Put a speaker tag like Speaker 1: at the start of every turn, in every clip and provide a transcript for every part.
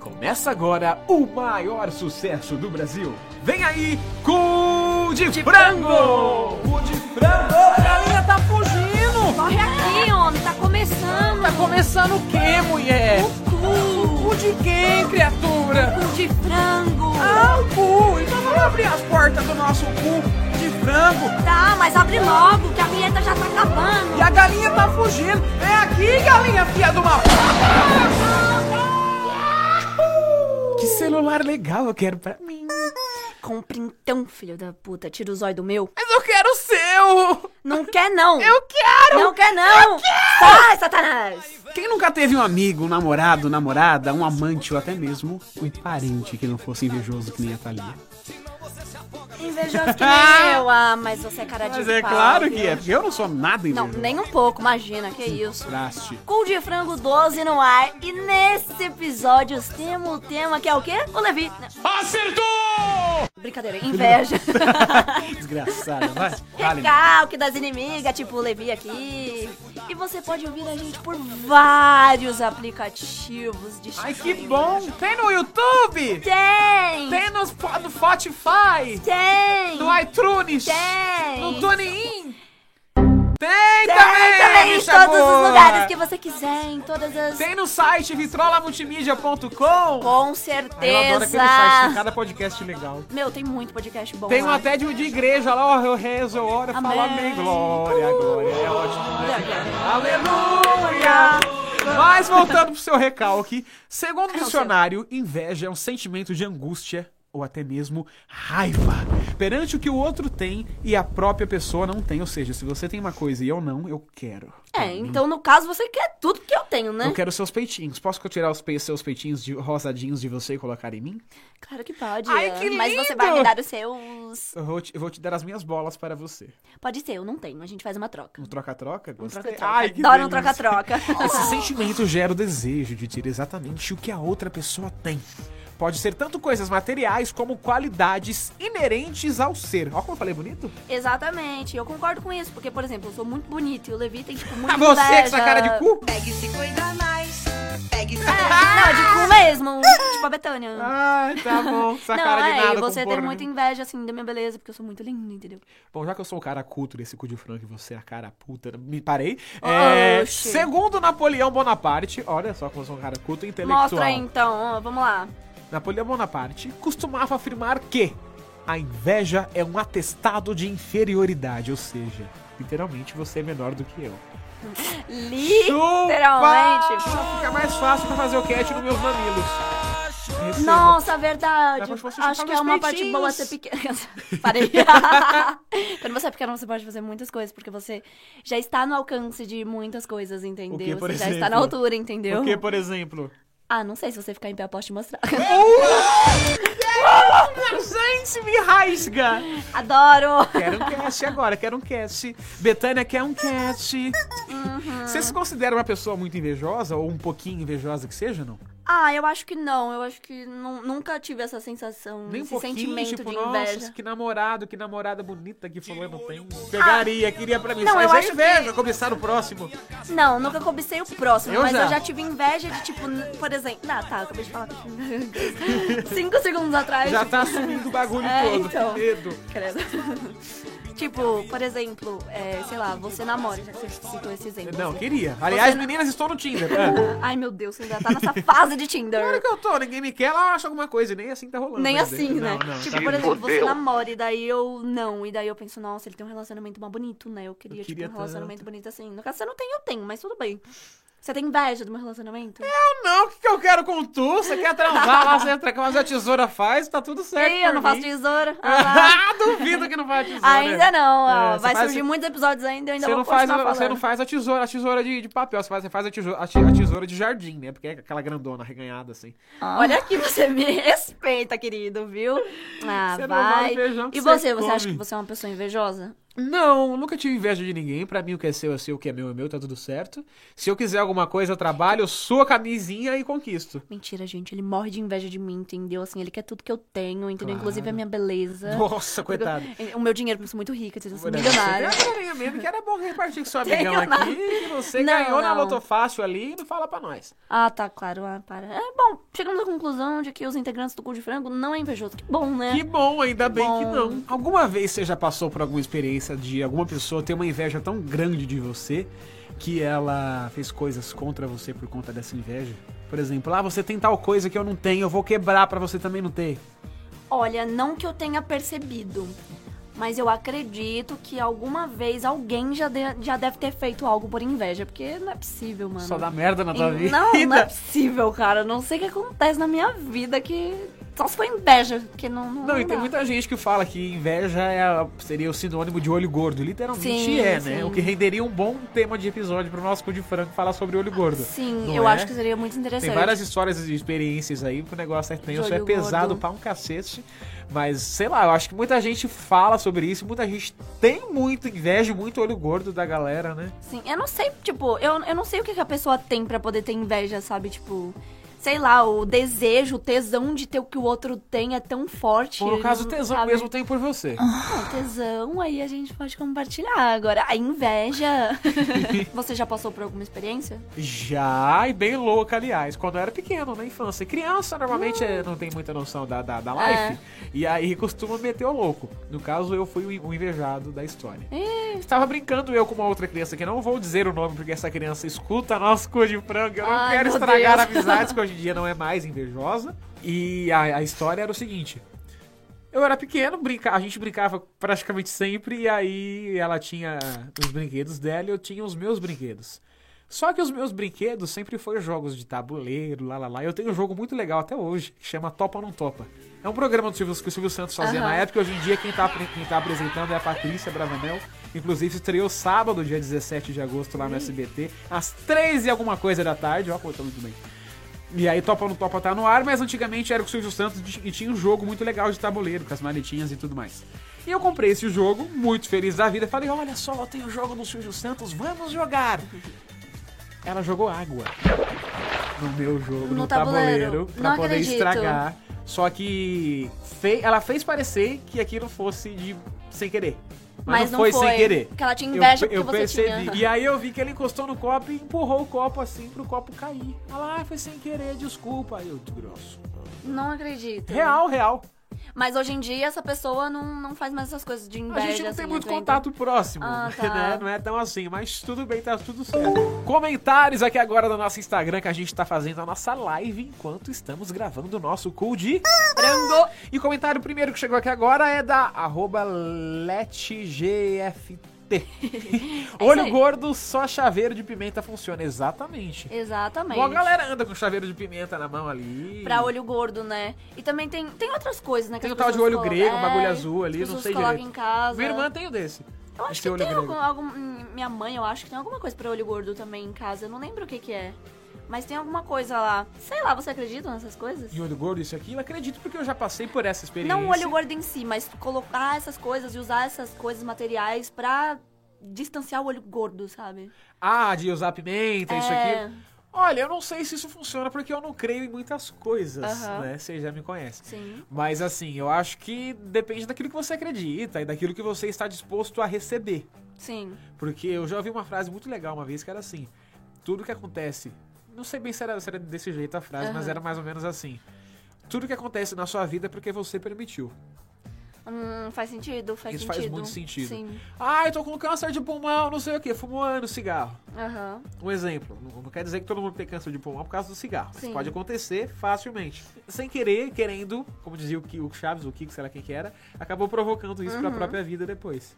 Speaker 1: Começa agora o maior sucesso do Brasil. Vem aí, cu de, frango! Cu de frango! A galinha tá fugindo!
Speaker 2: Corre aqui, homem, tá começando.
Speaker 1: Tá começando o quê, mulher?
Speaker 2: Cu,
Speaker 1: Cu de quem, criatura?
Speaker 2: cu de frango.
Speaker 1: Ah, o cu! Então vamos abrir as portas do nosso cu de frango.
Speaker 2: Tá, mas abre logo, que a vinheta já tá acabando.
Speaker 1: E a galinha tá fugindo. Vem aqui, galinha fia do mal! Que celular legal eu quero pra mim.
Speaker 2: Compre então, filho da puta, tira o zóio do meu.
Speaker 1: Mas eu quero o seu!
Speaker 2: Não quer não.
Speaker 1: Eu quero!
Speaker 2: Não quer não. Sai, satanás.
Speaker 1: Quem nunca teve um amigo, um namorado, namorada, um amante ou até mesmo um parente que não fosse invejoso que nem a Thalia?
Speaker 2: Invejoso que nem eu. Ah, mas você é cara de
Speaker 1: Mas é
Speaker 2: pau,
Speaker 1: claro
Speaker 2: viu?
Speaker 1: que é, porque eu não sou nada
Speaker 2: Não,
Speaker 1: invejoso.
Speaker 2: nem um pouco, imagina, que isso.
Speaker 1: Traste.
Speaker 2: Cool de frango 12 no ar. E nesse episódio temos o tema que é o quê? O Levi. Não,
Speaker 1: Acertou!
Speaker 2: brincadeira, inveja.
Speaker 1: Desgraçada, vai. Vale.
Speaker 2: Recalque das inimigas, tipo o Levi aqui. E você pode ouvir a gente por vários aplicativos de
Speaker 1: Ai, que
Speaker 2: streaming.
Speaker 1: bom! Tem no YouTube!
Speaker 2: Tem!
Speaker 1: Tem é no, Spo- no Spotify!
Speaker 2: Tem!
Speaker 1: No iTunes!
Speaker 2: Tem!
Speaker 1: No TuneIn! Tem,
Speaker 2: Tem
Speaker 1: também!
Speaker 2: também em
Speaker 1: bicha
Speaker 2: todos
Speaker 1: boa!
Speaker 2: os lugares que você quiser, em todas as...
Speaker 1: Tem no site vitrolamultimídia.com
Speaker 2: Com
Speaker 1: Ah, Eu adoro aquele site, tem
Speaker 2: certeza!
Speaker 1: cada podcast legal.
Speaker 2: Meu, tem muito podcast bom
Speaker 1: Tem um
Speaker 2: lá.
Speaker 1: até de, de igreja lá, ó, eu rezo, eu oro, eu falo
Speaker 2: Amém.
Speaker 1: amém, glória,
Speaker 2: Uh.
Speaker 1: glória, é ótimo.
Speaker 2: Glória.
Speaker 1: Aleluia! Mas voltando pro seu recalque, segundo o
Speaker 2: Ah, não,
Speaker 1: dicionário, inveja é um sentimento de angústia ou até mesmo raiva perante o que o outro tem e a própria pessoa não tem. Ou seja, se você tem uma coisa e eu não, eu quero.
Speaker 2: É, então no caso você quer tudo que eu tenho, né?
Speaker 1: Eu quero seus peitinhos. Posso tirar os pe- seus peitinhos de, rosadinhos de você e colocar em mim?
Speaker 2: Claro que pode.
Speaker 1: Ai,
Speaker 2: Ana,
Speaker 1: que
Speaker 2: Mas você
Speaker 1: lindo!
Speaker 2: vai me dar os seus.
Speaker 1: Eu vou te, eu vou te dar as minhas bolas para você.
Speaker 2: Pode ser, eu não tenho. A gente faz uma troca.
Speaker 1: Um troca-troca? Gostei.
Speaker 2: Troca-troca.
Speaker 1: Ai, que
Speaker 2: Adoro um
Speaker 1: delícia.
Speaker 2: troca-troca.
Speaker 1: Esse sentimento gera o desejo de ter exatamente o que a outra pessoa tem. Pode ser tanto coisas materiais como qualidades inerentes ao ser. Olha como eu falei bonito?
Speaker 2: Exatamente. Eu concordo com isso, porque, por exemplo, eu sou muito bonita e o Levi tem, tipo, muito
Speaker 1: Ah, você com
Speaker 2: inveja.
Speaker 1: essa cara de cu?
Speaker 3: Pegue se cuida mais. Pegue se
Speaker 2: É, não, de cu mesmo. tipo a Betânia.
Speaker 1: Ai, tá bom. Essa
Speaker 2: não,
Speaker 1: cara de
Speaker 2: é,
Speaker 1: nada
Speaker 2: e você
Speaker 1: com
Speaker 2: tem
Speaker 1: porra,
Speaker 2: muita
Speaker 1: né?
Speaker 2: inveja, assim, da minha beleza, porque eu sou muito linda, entendeu?
Speaker 1: Bom, já que eu sou o cara culto desse cu de frango e você é a cara puta, me parei.
Speaker 2: Oxi.
Speaker 1: É, segundo Napoleão Bonaparte, olha só como eu sou um cara culto e intelectual.
Speaker 2: Mostra aí, então. ó, vamos lá.
Speaker 1: Napoleão Bonaparte costumava afirmar que a inveja é um atestado de inferioridade, ou seja, literalmente você é menor do que eu.
Speaker 2: Literalmente.
Speaker 1: Chupa! Fica mais fácil pra fazer o cat nos meus mamilos. Receba.
Speaker 2: Nossa,
Speaker 1: Dá
Speaker 2: verdade.
Speaker 1: pra você
Speaker 2: Acho
Speaker 1: chupar
Speaker 2: que é
Speaker 1: meus
Speaker 2: uma parte
Speaker 1: peitinhos.
Speaker 2: boa ser pequena. Parei. Quando você é pequena, você pode fazer muitas coisas, porque você já está no alcance de muitas coisas, entendeu?
Speaker 1: O quê, por
Speaker 2: você já está
Speaker 1: exemplo?
Speaker 2: na altura, entendeu?
Speaker 1: Porque, por exemplo...
Speaker 2: Ah, não sei se você ficar em pé, eu posso te mostrar.
Speaker 1: Gente, me rasga!
Speaker 2: Adoro!
Speaker 1: Quero um cast agora, quero um cast. Betânia quer um cast.
Speaker 2: Uhum.
Speaker 1: Você se considera uma pessoa muito invejosa, ou um pouquinho invejosa que seja, não?
Speaker 2: Ah, eu acho que não. Eu acho que nu- nunca tive essa sensação,
Speaker 1: Nem um
Speaker 2: esse
Speaker 1: pouquinho,
Speaker 2: sentimento
Speaker 1: tipo,
Speaker 2: de
Speaker 1: nossa,
Speaker 2: inveja.
Speaker 1: que namorado, que namorada bonita que fulano tem. Pegaria, queria pra mim.
Speaker 2: Não,
Speaker 1: Mas
Speaker 2: eu
Speaker 1: é
Speaker 2: acho
Speaker 1: inveja,
Speaker 2: que-
Speaker 1: começar o próximo.
Speaker 2: Não, nunca cobicei o próximo,
Speaker 1: Eu
Speaker 2: mas
Speaker 1: já.
Speaker 2: eu já tive inveja de, tipo, n- por exemplo. Ah, tá, eu acabei de falar que eu tive inveja. Cinco segundos atrás.
Speaker 1: Já tá assumindo o bagulho
Speaker 2: É,
Speaker 1: todo.
Speaker 2: então.
Speaker 1: Que medo.
Speaker 2: Credo. tipo, por exemplo, é, sei lá, você namora, já que você citou esse exemplo.
Speaker 1: Não,
Speaker 2: assim.
Speaker 1: queria. Aliás, meninas, estou no Tinder. É.
Speaker 2: Ai, meu Deus, você ainda tá nessa fase de
Speaker 1: Claro
Speaker 2: Tinder.
Speaker 1: que eu tô, ninguém me quer, ela acha alguma coisa. e Nem assim tá rolando.
Speaker 2: Nem
Speaker 1: Mas,
Speaker 2: assim,
Speaker 1: não,
Speaker 2: né?
Speaker 1: não,
Speaker 2: tipo,
Speaker 1: tá-
Speaker 2: por exemplo, você namora e daí eu não. E daí eu penso, nossa, ele tem um relacionamento mais bonito, né? Eu queria,
Speaker 1: Eu queria
Speaker 2: tipo, um relacionamento
Speaker 1: tanto.
Speaker 2: bonito assim. No caso, você não tem, eu tenho, mas tudo bem. Você tem inveja do meu
Speaker 1: É,
Speaker 2: relacionamento?
Speaker 1: Não, o que, que eu quero com tu? Você quer transar lá, você entra com mas a tesoura faz, tá tudo certo.
Speaker 2: Ih,
Speaker 1: por
Speaker 2: eu não faço
Speaker 1: mim.
Speaker 2: tesoura. Ah,
Speaker 1: Ah, duvido que não faz tesoura.
Speaker 2: ainda não. ó.
Speaker 1: É, você
Speaker 2: vai
Speaker 1: faz-
Speaker 2: surgir muitos episódios ainda, eu ainda
Speaker 1: Você
Speaker 2: vou
Speaker 1: não, faz,
Speaker 2: continuar
Speaker 1: você
Speaker 2: falando.
Speaker 1: não faz a tesoura, a tesoura de, de papel, você faz, você faz a, tesoura, a, te- a tesoura de jardim, né? Porque é aquela grandona, arreganhada, assim.
Speaker 2: Olha aqui, você me respeita, querido, viu? Ah,
Speaker 1: Você não
Speaker 2: vai.
Speaker 1: vale feijão que
Speaker 2: Ah, E você,
Speaker 1: você
Speaker 2: você acha que
Speaker 1: come.
Speaker 2: você é uma pessoa invejosa?
Speaker 1: Não, nunca tive inveja de ninguém. Pra mim, o que é seu é seu, o que é meu é meu, tá tudo certo. Se eu quiser alguma coisa, eu trabalho, eu sou a camisinha e conquisto.
Speaker 2: Mentira, gente. Ele morre de inveja de mim, entendeu? Assim, ele quer tudo que eu tenho, entendeu?
Speaker 1: Claro.
Speaker 2: Inclusive a minha beleza.
Speaker 1: Nossa, coitado.
Speaker 2: O meu dinheiro, eu sou muito rica, eu sou
Speaker 1: Olha,
Speaker 2: milionária.
Speaker 1: Você tem uma galerinha mesmo que era bom repartir com seu
Speaker 2: Tenho
Speaker 1: amigão
Speaker 2: nada.
Speaker 1: aqui, que você
Speaker 2: Não,
Speaker 1: ganhou na
Speaker 2: não.
Speaker 1: Loto Fácil ali e não fala pra nós.
Speaker 2: Ah, tá, claro. Ah, para. É, bom, chegamos à conclusão de que os integrantes do Cu de Frango não é invejoso. Que bom, né?
Speaker 1: Que bom, ainda bem que
Speaker 2: bom.
Speaker 1: não. Alguma vez você já passou por alguma experiência de alguma pessoa ter uma inveja tão grande de você que ela fez coisas contra você por conta dessa inveja? Por exemplo, ah, você tem tal coisa que eu não tenho, eu vou quebrar pra você também não ter.
Speaker 2: Olha, não que eu tenha percebido, mas eu acredito que alguma vez alguém já, de- já deve ter feito algo por inveja, porque não é possível, mano.
Speaker 1: Só dá merda na tua
Speaker 2: E-
Speaker 1: vida.
Speaker 2: Não, não é possível, cara. Não sei o que acontece na minha vida que. Só se for inveja, que não. Não,
Speaker 1: Não, e tem
Speaker 2: dá.
Speaker 1: muita gente que fala que inveja é a- seria o sinônimo de olho gordo. Literalmente
Speaker 2: Sim,
Speaker 1: é, né?
Speaker 2: sim.
Speaker 1: O que renderia um bom tema de episódio pro nosso cu de frango falar sobre olho gordo.
Speaker 2: Sim,
Speaker 1: Não
Speaker 2: eu
Speaker 1: é?
Speaker 2: acho que seria muito interessante.
Speaker 1: Tem várias histórias e experiências aí pro negócio é tenso,
Speaker 2: De
Speaker 1: é
Speaker 2: olho
Speaker 1: pesado
Speaker 2: gordo.
Speaker 1: pra um cacete. Mas, sei lá, eu acho que muita gente fala sobre isso, muita gente tem muito inveja, muito olho gordo da galera, né?
Speaker 2: Sim, eu não sei, tipo, eu, eu não sei o que, que a pessoa tem pra poder ter inveja, sabe? Tipo, sei lá, o desejo, o tesão de ter o que o outro tem é tão forte.
Speaker 1: Por no caso, tesão
Speaker 2: sabe?
Speaker 1: mesmo tem por você.
Speaker 2: Não, tesão, aí a gente pode compartilhar. Agora, a inveja. Você já passou por alguma experiência?
Speaker 1: Já, e bem louca, aliás, quando eu era pequeno, na infância. Criança normalmente
Speaker 2: Hum.
Speaker 1: é, não tem muita noção da, da, da
Speaker 2: É.
Speaker 1: life, e aí costuma meter o louco. No caso, eu fui o in- o invejado da história. Estava brincando eu com uma outra criança que não vou dizer o nome porque essa criança escuta nosso cu de frango. Eu não
Speaker 2: Ai,
Speaker 1: quero
Speaker 2: meu
Speaker 1: estragar
Speaker 2: Deus.
Speaker 1: amizades que hoje em dia não é mais invejosa. E a, a história era o seguinte. Eu era pequeno, brinca... a gente brincava praticamente sempre, e aí ela tinha os brinquedos dela e eu tinha os meus brinquedos. Só que os meus brinquedos sempre foram jogos de tabuleiro, lá lá lá. Eu tenho um jogo muito legal até hoje, que chama Topa ou Não Topa. É um programa do Silvio, que o Silvio Santos fazia
Speaker 2: Aham.
Speaker 1: na época, e hoje em dia quem tá, apre- quem tá apresentando é a Patrícia Bravanel. Inclusive estreou sábado, dia 17 de agosto, lá no SBT, às 3 e alguma coisa da tarde. Ó, pô, tá muito bem. E aí Topa ou não Topa tá no ar, mas antigamente era com o Silvio Santos e tinha um jogo muito legal de tabuleiro, com as maletinhas e tudo mais. E eu comprei esse jogo, muito feliz da vida, falei, olha só, eu tenho o jogo do Silvio Santos, vamos jogar! Ela jogou água no meu jogo, no,
Speaker 2: No
Speaker 1: tabuleiro,
Speaker 2: tabuleiro.
Speaker 1: pra
Speaker 2: Não
Speaker 1: poder
Speaker 2: acredito.
Speaker 1: estragar. Só que fe- ela fez parecer que aquilo fosse de sem querer. Mas, não, foi, sem querer.
Speaker 2: Porque ela tinha inveja
Speaker 1: eu, eu
Speaker 2: porque você
Speaker 1: percebi.
Speaker 2: tinha.
Speaker 1: E aí eu vi que ele encostou no copo e empurrou o copo assim pro copo cair. Ela, ah, foi sem querer, desculpa. Aí eu, "Que grosso.
Speaker 2: Não acredito.
Speaker 1: Real, real.
Speaker 2: Mas hoje em dia essa pessoa não, não faz mais essas coisas de
Speaker 1: A
Speaker 2: inveja.
Speaker 1: gente não tem
Speaker 2: assim,
Speaker 1: muito
Speaker 2: entende?
Speaker 1: contato próximo,
Speaker 2: Ah, tá.
Speaker 1: né? Não é tão assim, mas tudo bem, tá tudo certo. Comentários aqui agora do nosso Instagram que a gente tá fazendo a nossa live enquanto estamos gravando o nosso cool de frango. E o comentário primeiro que chegou aqui agora é da arroba letgft. Olho
Speaker 2: É aí.
Speaker 1: gordo, só chaveiro de pimenta funciona. Exatamente.
Speaker 2: Exatamente.
Speaker 1: Boa galera anda com chaveiro de pimenta na mão ali.
Speaker 2: Pra olho gordo, né? E também tem, tem outras coisas, né? que
Speaker 1: Tem
Speaker 2: as
Speaker 1: o tal de
Speaker 2: pessoas
Speaker 1: olho
Speaker 2: colocam-
Speaker 1: grego,
Speaker 2: É,
Speaker 1: bagulho azul ali,
Speaker 2: as
Speaker 1: não
Speaker 2: pessoas
Speaker 1: sei
Speaker 2: colocam
Speaker 1: direito.
Speaker 2: em casa.
Speaker 1: Minha irmã tem o desse.
Speaker 2: Eu acho
Speaker 1: Esse
Speaker 2: que
Speaker 1: olho
Speaker 2: tem
Speaker 1: grego.
Speaker 2: algum, algum- hum, Minha mãe, eu acho que tem alguma coisa pra olho gordo também em casa. Eu não lembro o que que é. Mas tem alguma coisa lá. Sei lá, você acredita nessas coisas?
Speaker 1: E olho gordo, isso e aquilo, acredito porque eu já passei por essa experiência.
Speaker 2: Não o olho gordo em si, mas colocar essas coisas e usar essas coisas materiais pra distanciar o olho gordo, sabe?
Speaker 1: Ah, de usar pimenta, isso
Speaker 2: É.
Speaker 1: aqui. Olha, eu não sei se isso funciona porque eu não creio em muitas coisas,
Speaker 2: Aham.
Speaker 1: né? Você já me conhece.
Speaker 2: Sim.
Speaker 1: Mas assim, eu acho que depende daquilo que você acredita e daquilo que você está disposto a receber.
Speaker 2: Sim.
Speaker 1: Porque eu já ouvi uma frase muito legal uma vez que era assim: tudo que acontece. Não sei bem se era, se era desse jeito a frase, mas
Speaker 2: Aham.
Speaker 1: era mais ou menos assim. Tudo que acontece na sua vida é porque você permitiu.
Speaker 2: Hum, faz sentido, faz
Speaker 1: Isso faz
Speaker 2: sentido.
Speaker 1: muito sentido.
Speaker 2: Sim.
Speaker 1: Ah, eu tô com câncer de pulmão, não sei o quê, fumando cigarro.
Speaker 2: Aham.
Speaker 1: Um exemplo, não, não quer dizer que todo mundo tem câncer de pulmão por causa do cigarro. Isso
Speaker 2: Sim.
Speaker 1: pode acontecer facilmente. Sem querer, querendo, como dizia o, Ki- o Chaves, o Kiko, sei lá quem que era, acabou provocando isso
Speaker 2: Uhum.
Speaker 1: pra própria vida depois.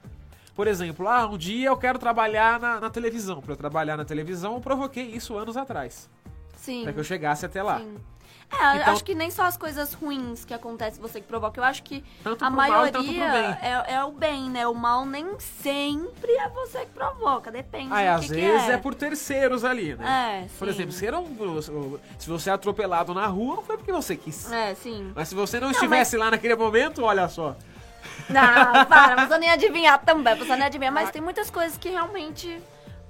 Speaker 1: Por exemplo, ah, um dia eu quero trabalhar na, na televisão. Pra eu trabalhar na televisão, eu provoquei isso anos atrás.
Speaker 2: Sim.
Speaker 1: Pra É que eu chegasse até lá.
Speaker 2: Sim. É,
Speaker 1: Ah. Então-
Speaker 2: acho que nem só as coisas ruins que acontecem você que provoca. Eu acho que
Speaker 1: Tanto
Speaker 2: a
Speaker 1: pro mal e
Speaker 2: maioria
Speaker 1: tanto pro bem.
Speaker 2: é, é o bem, né? O mal nem sempre é você que provoca, depende
Speaker 1: Ah, é,
Speaker 2: do
Speaker 1: às
Speaker 2: que, que
Speaker 1: vezes é.
Speaker 2: é.
Speaker 1: por terceiros ali, né?
Speaker 2: É, sim.
Speaker 1: Por exemplo, se, era um- se você é atropelado na rua, não foi porque você quis.
Speaker 2: É, sim.
Speaker 1: Mas se você não, estivesse lá naquele momento, olha só.
Speaker 2: Não, para, não precisa nem adivinhar também, não precisa nem adivinhar, mas tem muitas coisas que realmente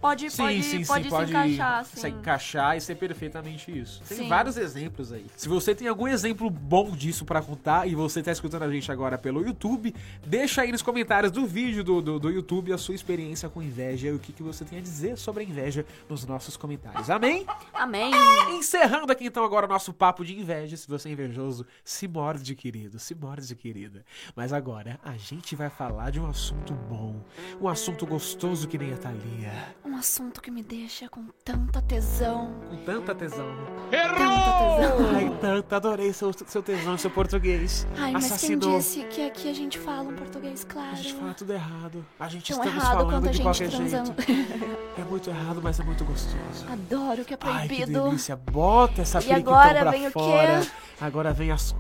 Speaker 2: pode, pode, pode se encaixar, assim.
Speaker 1: se encaixar e ser perfeitamente isso. Tem
Speaker 2: Sim.
Speaker 1: vários exemplos aí. Se você tem algum exemplo bom disso pra contar e você tá escutando a gente agora pelo YouTube, deixa aí nos comentários do vídeo do, do, do YouTube a sua experiência com inveja e o que, que você tem a dizer sobre a inveja nos nossos comentários. Amém?
Speaker 2: Amém.
Speaker 1: Encerrando aqui então agora o nosso papo de inveja. Se você é invejoso, se morde, querido, se morde, querida. Mas agora a gente vai falar de um assunto bom, um assunto gostoso que nem a Thalia.
Speaker 2: Um assunto que me deixa com tanta tesão.
Speaker 1: Com tanta tesão.
Speaker 2: Tanta tesão.
Speaker 1: Ai, tanta, adorei seu, seu tesão, seu português.
Speaker 2: Ai, mas quem
Speaker 1: Assassinou.
Speaker 2: disse que aqui a gente fala um português claro?
Speaker 1: A gente fala tudo errado. A gente
Speaker 2: Tão
Speaker 1: estamos
Speaker 2: errado
Speaker 1: falando
Speaker 2: quanto a
Speaker 1: de
Speaker 2: gente tá
Speaker 1: qualquer
Speaker 2: transamos.
Speaker 1: jeito. É muito errado, mas é muito gostoso.
Speaker 2: Adoro que é
Speaker 1: Ai, que
Speaker 2: proibido.
Speaker 1: delícia. Bota essa
Speaker 2: E
Speaker 1: periquitão
Speaker 2: agora
Speaker 1: pra
Speaker 2: vem o quê?
Speaker 1: fora. Agora vem as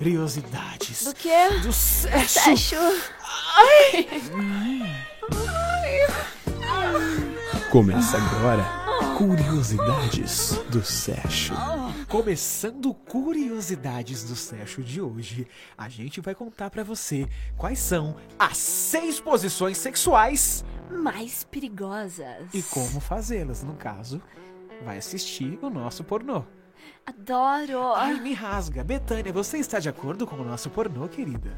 Speaker 1: curiosidades.
Speaker 2: Do quê?
Speaker 1: do sexo.
Speaker 2: Sexo.
Speaker 4: Começa agora Curiosidades do Sérgio.
Speaker 1: Começando curiosidades do Sérgio de hoje, a gente vai contar pra você quais são as seis posições sexuais
Speaker 2: Mais perigosas.
Speaker 1: e como fazê-las. No caso, vai assistir o nosso pornô.
Speaker 2: Adoro.
Speaker 1: Ai, me rasga. Betânia, você está de acordo com o nosso pornô, querida?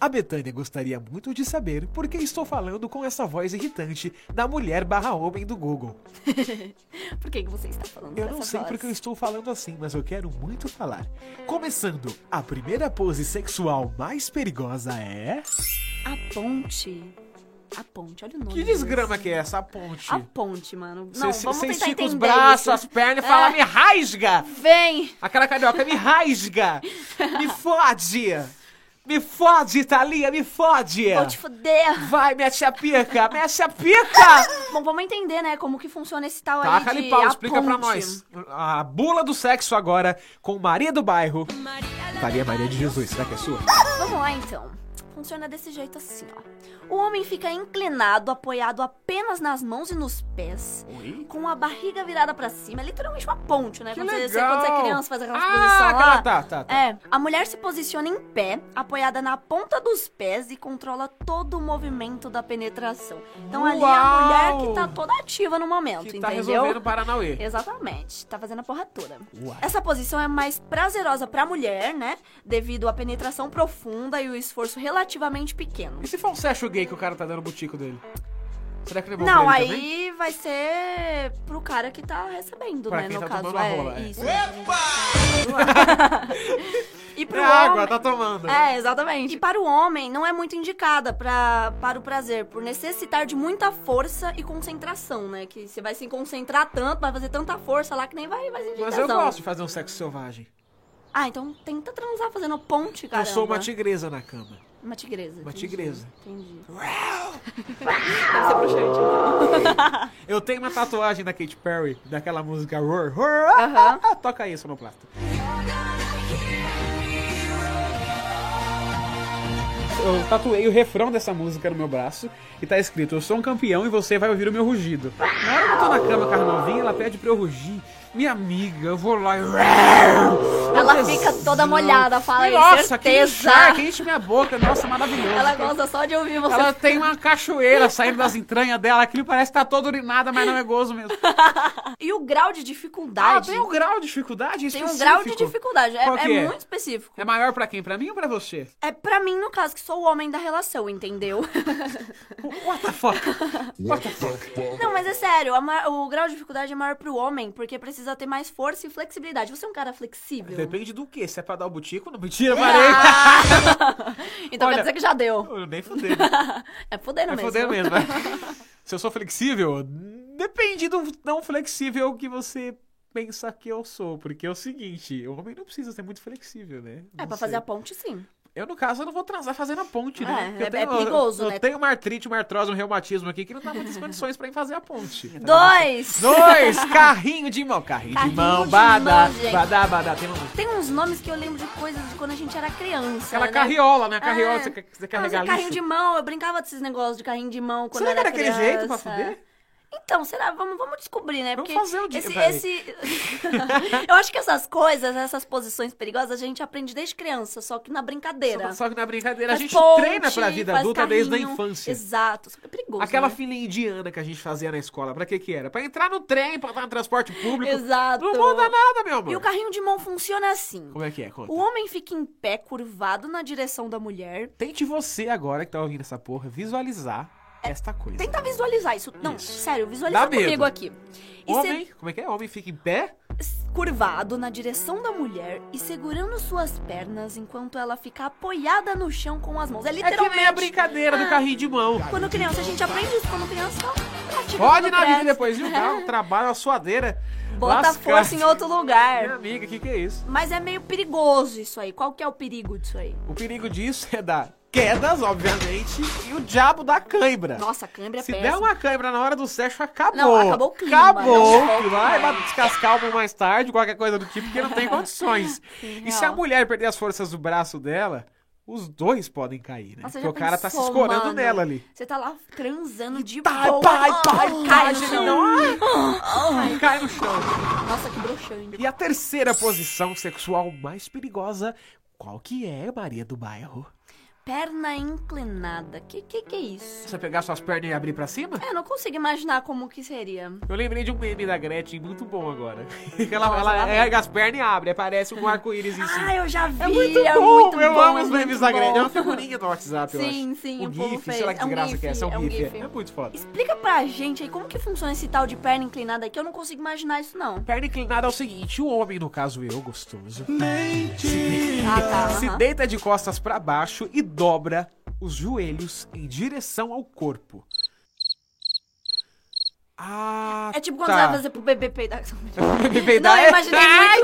Speaker 1: A Betânia gostaria muito de saber por que estou falando com essa voz irritante da mulher barra homem do Google.
Speaker 2: Por que, que você está falando
Speaker 1: Eu
Speaker 2: dessa
Speaker 1: não sei
Speaker 2: voz?
Speaker 1: porque eu estou falando assim, mas eu quero muito falar. Começando, a primeira pose sexual mais perigosa é.
Speaker 2: A ponte. A ponte, olha o nome.
Speaker 1: Que
Speaker 2: disso.
Speaker 1: desgrama que é essa a ponte?
Speaker 2: A ponte, mano. Não,
Speaker 1: Você
Speaker 2: vamos
Speaker 1: você
Speaker 2: tentar
Speaker 1: estica
Speaker 2: entender
Speaker 1: os braços,
Speaker 2: isso.
Speaker 1: as pernas e fala,
Speaker 2: É.
Speaker 1: me rasga!
Speaker 2: Vem!
Speaker 1: Aquela carioca me rasga! Me fode! Me fode, Thalia, me fode!
Speaker 2: Vou te foder!
Speaker 1: Vai, mete a pica, mete a pica!
Speaker 2: Bom, vamos entender, né, como que funciona esse tal aí
Speaker 1: Taca
Speaker 2: de
Speaker 1: ali pau,
Speaker 2: a
Speaker 1: explica pra
Speaker 2: ponte.
Speaker 1: nós. A bula do sexo agora com Maria do Bairro. Maria Maria de Jesus, será que é sua?
Speaker 2: Vamos lá, então. Funciona desse jeito assim, ó. O homem fica inclinado, apoiado apenas nas mãos e nos pés,
Speaker 1: Oi?
Speaker 2: com a barriga virada pra cima. É literalmente uma ponte, né?
Speaker 1: Que
Speaker 2: quando, Você,
Speaker 1: legal!
Speaker 2: quando você é criança, faz aquela
Speaker 1: Ah,
Speaker 2: posição
Speaker 1: tá,
Speaker 2: lá.
Speaker 1: tá, tá, tá.
Speaker 2: É. A mulher se posiciona em pé, apoiada na ponta dos pés e controla todo o movimento da penetração. Então ali é a
Speaker 1: Uau!
Speaker 2: mulher que tá toda ativa no momento,
Speaker 1: Que
Speaker 2: entendeu?
Speaker 1: tá resolvendo o Paranauê.
Speaker 2: Exatamente, tá fazendo a porra toda.
Speaker 1: Uai.
Speaker 2: Essa posição é mais prazerosa pra mulher, né? Devido à penetração profunda e o esforço relativamente pequeno.
Speaker 1: E se for um sexo gay que o cara tá dando no butico dele? Será que ele é bom
Speaker 2: Não,
Speaker 1: pra
Speaker 2: aí
Speaker 1: ele também?
Speaker 2: vai ser pro cara que tá recebendo,
Speaker 1: Pra
Speaker 2: né?
Speaker 1: quem
Speaker 2: no
Speaker 1: tá
Speaker 2: caso,
Speaker 1: tomando a
Speaker 2: é
Speaker 1: rola, é.
Speaker 2: isso. e pro
Speaker 1: É água,
Speaker 2: homem-
Speaker 1: tá tomando.
Speaker 2: É, exatamente. E para o homem, não é muito indicada pra, para o prazer, por necessitar de muita força e concentração, né? Que você vai se concentrar tanto, vai fazer tanta força lá que nem vai, vai sentir
Speaker 1: Mas eu
Speaker 2: tesão.
Speaker 1: gosto de fazer um sexo selvagem.
Speaker 2: Ah, então tenta transar fazendo ponte, cara.
Speaker 1: Eu sou uma tigresa na cama.
Speaker 2: Uma tigresa.
Speaker 1: Uma
Speaker 2: entendi,
Speaker 1: tigresa.
Speaker 2: Entendi.
Speaker 1: Eu tenho uma tatuagem da Katy Perry, daquela música Roar. Roar ah,
Speaker 2: Aham.
Speaker 1: ah, toca aí, sonoplasta. Eu tatuei o refrão dessa música no meu braço e tá escrito: Eu sou um campeão e você vai ouvir o meu rugido. Na hora que eu tô na cama com a novinha, ela pede pra eu rugir. Minha amiga, eu vou lá e.
Speaker 2: Ela fica toda molhada, fala aí,
Speaker 1: Nossa, que
Speaker 2: certeza.
Speaker 1: enxerga, que enche minha boca, nossa, maravilhoso.
Speaker 2: Ela gosta só de ouvir você.
Speaker 1: Ela tem uma cachoeira saindo das entranhas dela, aquilo parece que tá todo urinada, mas não é gozo mesmo.
Speaker 2: E o grau de
Speaker 1: Ah,
Speaker 2: dificuldade.
Speaker 1: tem um grau de dificuldade
Speaker 2: Tem
Speaker 1: específico.
Speaker 2: um grau de dificuldade. É,
Speaker 1: Qual que
Speaker 2: é
Speaker 1: é?
Speaker 2: muito específico.
Speaker 1: É maior pra quem? Pra mim ou pra você?
Speaker 2: É pra mim, no caso, que sou o homem da relação, entendeu?
Speaker 1: What the fuck? What the fuck?
Speaker 2: Não, mas é sério, a ma- o grau de dificuldade é maior pro homem, porque precisa ter mais força e flexibilidade. Você é um cara flexível?
Speaker 1: Depende do que? Se é pra dar o butico, não mentira, parei.
Speaker 2: Então
Speaker 1: Olha-
Speaker 2: quer dizer que já deu.
Speaker 1: Eu Nem fudei.
Speaker 2: É fudendo
Speaker 1: É
Speaker 2: mesmo.
Speaker 1: foder mesmo. Se eu sou flexível, depende do tão flexível que você pensa que eu sou. Porque é o seguinte, o homem não precisa ser muito flexível, né?
Speaker 2: É,
Speaker 1: Não
Speaker 2: pra
Speaker 1: sei.
Speaker 2: fazer a ponte, sim.
Speaker 1: Eu, no caso, eu não vou transar fazendo a ponte, né?
Speaker 2: É,
Speaker 1: Porque eu
Speaker 2: é- é perigoso,
Speaker 1: eu,
Speaker 2: né?
Speaker 1: Eu tenho uma artrite, uma artrose, um reumatismo aqui que não dá muitas condições pra ir fazer a ponte. Tá
Speaker 2: Dois!
Speaker 1: Dois, carrinho de mão. Carrinho,
Speaker 2: Carrinho
Speaker 1: de mão,
Speaker 2: de
Speaker 1: badá,
Speaker 2: mão, gente.
Speaker 1: badá, badá. Tem uma...
Speaker 2: Tem uns nomes que eu lembro de coisas de quando a gente era criança.
Speaker 1: Aquela
Speaker 2: né?
Speaker 1: carriola, né? Carriola,
Speaker 2: É.
Speaker 1: você, quer- você
Speaker 2: Ah, mas é
Speaker 1: carregar
Speaker 2: carrinho
Speaker 1: lixo.
Speaker 2: de mão, eu brincava desses negócios de carrinho de mão quando
Speaker 1: Será
Speaker 2: eu
Speaker 1: que
Speaker 2: era
Speaker 1: era daquele
Speaker 2: criança.
Speaker 1: jeito pra fuder?
Speaker 2: Então, será? Vamos, vamos descobrir, né?
Speaker 1: Vamos
Speaker 2: Porque
Speaker 1: fazer um dia,
Speaker 2: esse,
Speaker 1: peraí.
Speaker 2: esse... Eu acho que essas coisas, essas posições perigosas, a gente aprende desde criança, só que na brincadeira.
Speaker 1: Só, só que na brincadeira,
Speaker 2: Faz
Speaker 1: a gente
Speaker 2: ponte,
Speaker 1: treina pra vida
Speaker 2: faz
Speaker 1: adulta desde a
Speaker 2: carrinho.
Speaker 1: infância.
Speaker 2: Exato. Só que É perigoso.
Speaker 1: assim. Aquela
Speaker 2: né?
Speaker 1: filha indiana que a gente fazia na escola, pra que que era? Pra entrar no trem, pra entrar no transporte público.
Speaker 2: Exato.
Speaker 1: Não muda nada, meu amor.
Speaker 2: E o carrinho de mão funciona assim.
Speaker 1: Como é que é? Conta.
Speaker 2: O homem fica em pé, curvado na direção da mulher.
Speaker 1: Tente você agora que tá ouvindo essa porra visualizar
Speaker 2: É.
Speaker 1: esta coisa.
Speaker 2: Tenta visualizar isso. Não,
Speaker 1: Isso.
Speaker 2: sério, visualiza
Speaker 1: Dá medo.
Speaker 2: comigo aqui. E
Speaker 1: Homem, como é que é? Homem fica em pé,
Speaker 2: se- curvado na direção da mulher e segurando suas pernas enquanto ela fica apoiada no chão com as mãos. É
Speaker 1: é que
Speaker 2: literalmente.
Speaker 1: nem a brincadeira do
Speaker 2: Ah.
Speaker 1: carrinho de mão.
Speaker 2: Quando criança, a gente aprende isso. Quando criança, pratica.
Speaker 1: Pode
Speaker 2: quando
Speaker 1: na vida
Speaker 2: cresce.
Speaker 1: depois, viu? Dá um trabalho, uma suadeira.
Speaker 2: Bota a
Speaker 1: Lascar.
Speaker 2: força em outro
Speaker 1: Minha
Speaker 2: lugar.
Speaker 1: amiga, o que que é isso?
Speaker 2: Mas é meio perigoso isso aí. Qual que é o perigo disso aí?
Speaker 1: O perigo disso é dar quedas, obviamente, e o diabo da cãibra.
Speaker 2: Nossa, a câimbra é
Speaker 1: Se
Speaker 2: péssima.
Speaker 1: der uma câimbra na hora do sexo, acabou.
Speaker 2: Não, acabou o clima, né?
Speaker 1: Acabou.
Speaker 2: não,
Speaker 1: que Vai vai descascar uma mais tarde, qualquer coisa do tipo, porque não tem condições. e se a
Speaker 2: real.
Speaker 1: mulher perder as forças do braço dela, os dois podem cair, né?
Speaker 2: Nossa,
Speaker 1: porque
Speaker 2: já
Speaker 1: o cara tá se
Speaker 2: pensou,
Speaker 1: escorando
Speaker 2: mano?
Speaker 1: nela ali.
Speaker 2: Você tá lá transando de
Speaker 1: Pai,
Speaker 2: boa.
Speaker 1: pai,
Speaker 2: Ah,
Speaker 1: pai,
Speaker 2: cai
Speaker 1: pai,
Speaker 2: no
Speaker 1: ele tá,
Speaker 2: chão.
Speaker 1: não. Ai, Cai no chão.
Speaker 2: Nossa, que broxante.
Speaker 1: E a terceira posição sexual mais perigosa, qual que é, Maria do Bairro?
Speaker 2: Perna inclinada. Que que que é isso?
Speaker 1: Você pegar suas pernas e abrir pra cima?
Speaker 2: É, eu não consigo imaginar como que seria.
Speaker 1: Eu lembrei de um meme da Gretchen muito bom agora. ela
Speaker 2: Nossa, lá
Speaker 1: ela
Speaker 2: vem.
Speaker 1: erga as pernas e abre, parece um arco-íris em cima.
Speaker 2: Ah, eu já vi.
Speaker 1: É muito bom,
Speaker 2: muito
Speaker 1: eu
Speaker 2: bom,
Speaker 1: amo os
Speaker 2: muito
Speaker 1: memes da Gretchen.
Speaker 2: bom.
Speaker 1: É uma figurinha do WhatsApp, eu acho.
Speaker 2: Sim, sim,
Speaker 1: um
Speaker 2: o
Speaker 1: GIF,
Speaker 2: povo fez.
Speaker 1: sei lá que
Speaker 2: É um
Speaker 1: desgraça
Speaker 2: GIF,
Speaker 1: que é essa, é um,
Speaker 2: é um
Speaker 1: GIF. é.
Speaker 2: GIF.
Speaker 1: É muito foda.
Speaker 2: Explica pra gente aí como que funciona esse tal de perna inclinada aí, que eu não consigo imaginar isso, não.
Speaker 1: Perna inclinada é o seguinte, o homem, no caso eu, gostoso,
Speaker 2: Ah, tá.
Speaker 1: se
Speaker 2: aham.
Speaker 1: deita de costas pra baixo e dobra os joelhos em direção ao corpo. Ah,
Speaker 2: É tipo quando você
Speaker 1: tá.
Speaker 2: vai fazer pro bebê peidar. Não,
Speaker 1: Não,
Speaker 2: eu imaginei muito isso.
Speaker 1: Ai,
Speaker 2: é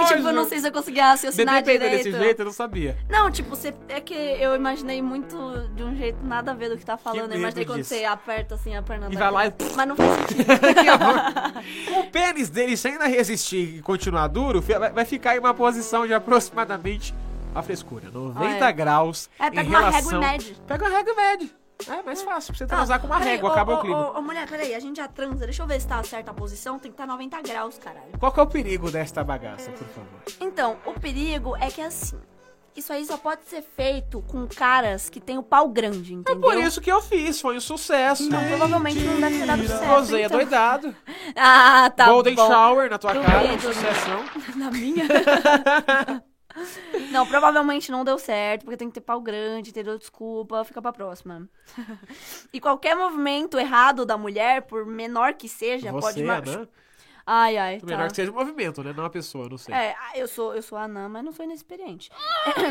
Speaker 1: que
Speaker 2: tipo, eu não sei se eu conseguia raciocinar
Speaker 1: Bebê peida
Speaker 2: direito.
Speaker 1: desse jeito, eu não sabia.
Speaker 2: Não, tipo, você... é que eu imaginei muito de um jeito nada a ver do que tá falando.
Speaker 1: medo
Speaker 2: eu imaginei quando
Speaker 1: disso.
Speaker 2: você aperta assim a perna
Speaker 1: E
Speaker 2: da
Speaker 1: vai lá e-
Speaker 2: Mas não faz sentido. É,
Speaker 1: O pênis dele, se ainda resistir e continuar duro, fi- vai vai ficar em uma posição de aproximadamente a frescura, 90
Speaker 2: Ah, é.
Speaker 1: graus.
Speaker 2: É, pega
Speaker 1: em
Speaker 2: uma régua e
Speaker 1: relação...
Speaker 2: mede.
Speaker 1: Pega uma régua e mede. É mais fácil, pra você transar com uma
Speaker 2: Peraí,
Speaker 1: régua,
Speaker 2: ô,
Speaker 1: acaba
Speaker 2: ô,
Speaker 1: o clima.
Speaker 2: Ô, ô, mulher, peraí, a gente já transa. Deixa eu ver se tá certa a posição. Tem que estar 90 graus, caralho.
Speaker 1: Qual que é o perigo desta bagaça, por favor?
Speaker 2: Então, o perigo é que é assim. Isso aí só pode ser feito com caras que tem o pau grande,
Speaker 1: É
Speaker 2: entendeu?
Speaker 1: por isso que eu fiz, foi um sucesso.
Speaker 2: Então, provavelmente não deve ter dado certo.
Speaker 1: Rosei é
Speaker 2: então.
Speaker 1: doidado.
Speaker 2: Ah, tá
Speaker 1: Golden
Speaker 2: bom. né?
Speaker 1: Shower na tua
Speaker 2: Duvido.
Speaker 1: cara, um sucessão.
Speaker 2: Na minha? não, provavelmente não deu certo, porque tem que ter pau grande, entendeu? Desculpa, fica pra próxima. e qualquer movimento errado da mulher, por menor que seja, pode
Speaker 1: Você, é
Speaker 2: mar-
Speaker 1: Anã,
Speaker 2: Ai, ai.
Speaker 1: melhor
Speaker 2: Tá.
Speaker 1: que seja o movimento, né? Não a pessoa, eu não sei.
Speaker 2: É, ah, eu sou, eu sou anã, mas não sou inexperiente. É.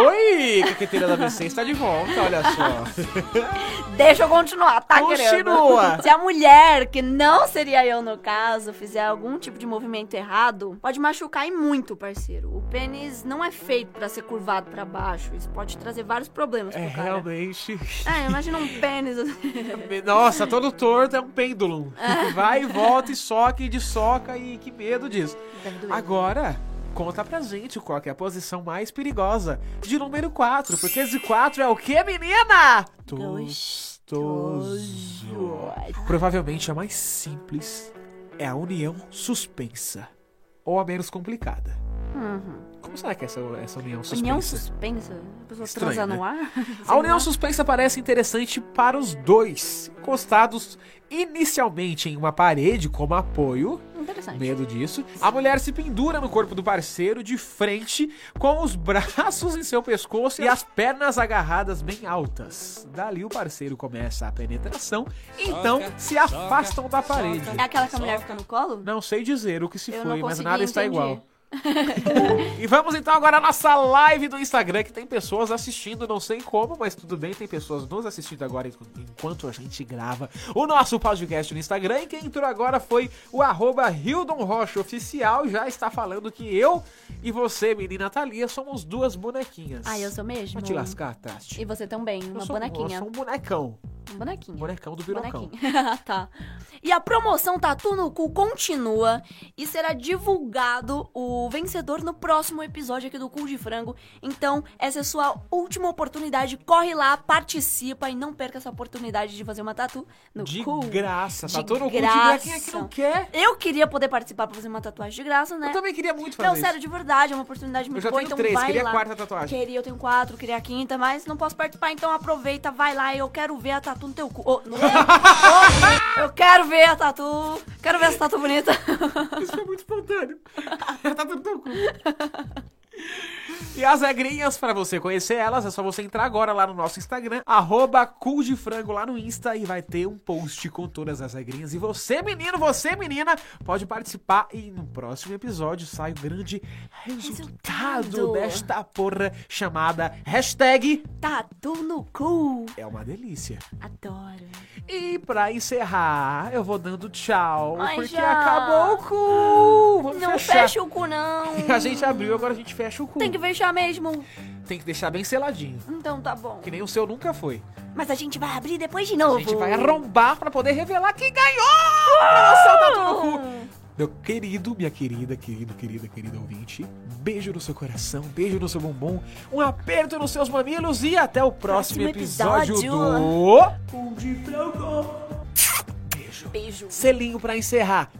Speaker 1: Oi, Caqueteira da BC está de volta, olha só.
Speaker 2: Deixa eu continuar, tá,
Speaker 1: Continua.
Speaker 2: querendo? Se a mulher, que não seria eu no caso, fizer algum tipo de movimento errado, pode machucar e muito, parceiro. O pênis não é feito pra ser curvado pra baixo. Isso pode trazer vários problemas pro
Speaker 1: É,
Speaker 2: cara.
Speaker 1: realmente...
Speaker 2: É, imagina um pênis.
Speaker 1: Nossa, todo torto é um pêndulo. Vai e volta e soca e dessoca e que medo disso. Agora, conta pra gente qual que é a posição mais perigosa de número 4, porque esse 4 é o que, menina? Gostoso. Provavelmente a mais simples é a união suspensa ou a menos complicada.
Speaker 2: Uhum.
Speaker 1: Como será que é essa, essa união suspensa?
Speaker 2: União suspensa? A pessoa
Speaker 1: Estranho,
Speaker 2: transa
Speaker 1: né?
Speaker 2: no ar?
Speaker 1: A união suspensa parece interessante para os dois, encostados inicialmente em uma parede como apoio,
Speaker 2: Interessante.
Speaker 1: medo disso. A mulher se pendura no corpo do parceiro de frente, com os braços em seu pescoço e as pernas agarradas bem altas. Dali o parceiro começa a penetração, então se afastam da parede.
Speaker 2: É aquela que a mulher fica no colo?
Speaker 1: Não sei dizer o que se
Speaker 2: Eu
Speaker 1: foi,
Speaker 2: não
Speaker 1: mas
Speaker 2: consegui
Speaker 1: nada está
Speaker 2: entender.
Speaker 1: igual. e vamos então agora à nossa live do Instagram, que tem pessoas assistindo, não sei como, mas tudo bem, tem pessoas nos assistindo agora enqu- enquanto a gente grava o nosso podcast no Instagram. E quem entrou agora foi o arroba Hildon Rocha Oficial, já está falando que eu e você, menina Thalia, somos duas bonequinhas.
Speaker 2: Ah, eu sou mesmo?
Speaker 1: Vai te lascar, Tati.
Speaker 2: E você também,
Speaker 1: Eu
Speaker 2: uma
Speaker 1: sou- Eu
Speaker 2: bonequinha.
Speaker 1: sou um bonecão.
Speaker 2: Um bonequinho.
Speaker 1: Bonecão do Birocão.
Speaker 2: Bonequinho. tá. E a promoção Tatu no Cu continua e será divulgado o vencedor no próximo episódio aqui do Cu de Frango. Então, essa é a sua última oportunidade. Corre lá, participa e não perca essa oportunidade de fazer uma tatu no
Speaker 1: De
Speaker 2: cu.
Speaker 1: graça.
Speaker 2: De
Speaker 1: Tatu no cu de
Speaker 2: graça.
Speaker 1: graça. Quem é que não quer?
Speaker 2: Eu queria poder participar pra fazer uma tatuagem de graça, né?
Speaker 1: Eu também queria muito fazer
Speaker 2: Não,
Speaker 1: isso.
Speaker 2: sério, de verdade, é uma oportunidade muito
Speaker 1: já
Speaker 2: boa,
Speaker 1: tenho
Speaker 2: então
Speaker 1: três,
Speaker 2: vai
Speaker 1: queria a
Speaker 2: lá.
Speaker 1: quarta tatuagem.
Speaker 2: Queria, eu tenho quatro, queria a quinta, mas não posso participar, então aproveita, vai lá e eu quero ver a tatu no teu cu. Ô, no meu- Ô, eu quero ver a tatu, quero ver essa tatu bonita.
Speaker 1: Isso foi muito espontâneo. tá tudo teu cu. E as regrinhas pra você conhecer elas, é só você entrar agora lá no nosso Instagram, arroba cu de frango lá no Insta e vai ter um post com todas as regrinhas. E você, menino, você, menina, pode participar e no próximo episódio sai o grande resultado,
Speaker 2: Resultado.
Speaker 1: desta porra chamada hashtag
Speaker 2: tatu no cu,
Speaker 1: é uma delícia.
Speaker 2: adoro.
Speaker 1: E pra encerrar, eu vou dando tchau,
Speaker 2: Ai,
Speaker 1: porque
Speaker 2: já.
Speaker 1: acabou o cu! Vamos
Speaker 2: Não
Speaker 1: fechar.
Speaker 2: fecha o cu, não.
Speaker 1: A gente abriu, agora a gente fecha o cu.
Speaker 2: Tem que fechar mesmo.
Speaker 1: Tem que deixar bem seladinho.
Speaker 2: Então tá bom.
Speaker 1: Que nem o seu nunca foi.
Speaker 2: Mas a gente vai abrir depois de
Speaker 1: A
Speaker 2: novo.
Speaker 1: gente vai arrombar pra poder revelar quem ganhou! Nossa, tá tudo no cu! Meu querido, minha querida, querido, querida, querida ouvinte, beijo no seu coração, beijo no seu bumbum, um aperto nos seus mamilos e até o próximo,
Speaker 2: Próximo
Speaker 1: episódio,
Speaker 2: episódio. Um
Speaker 1: do... Beijo.
Speaker 2: Beijo.
Speaker 1: Selinho pra encerrar.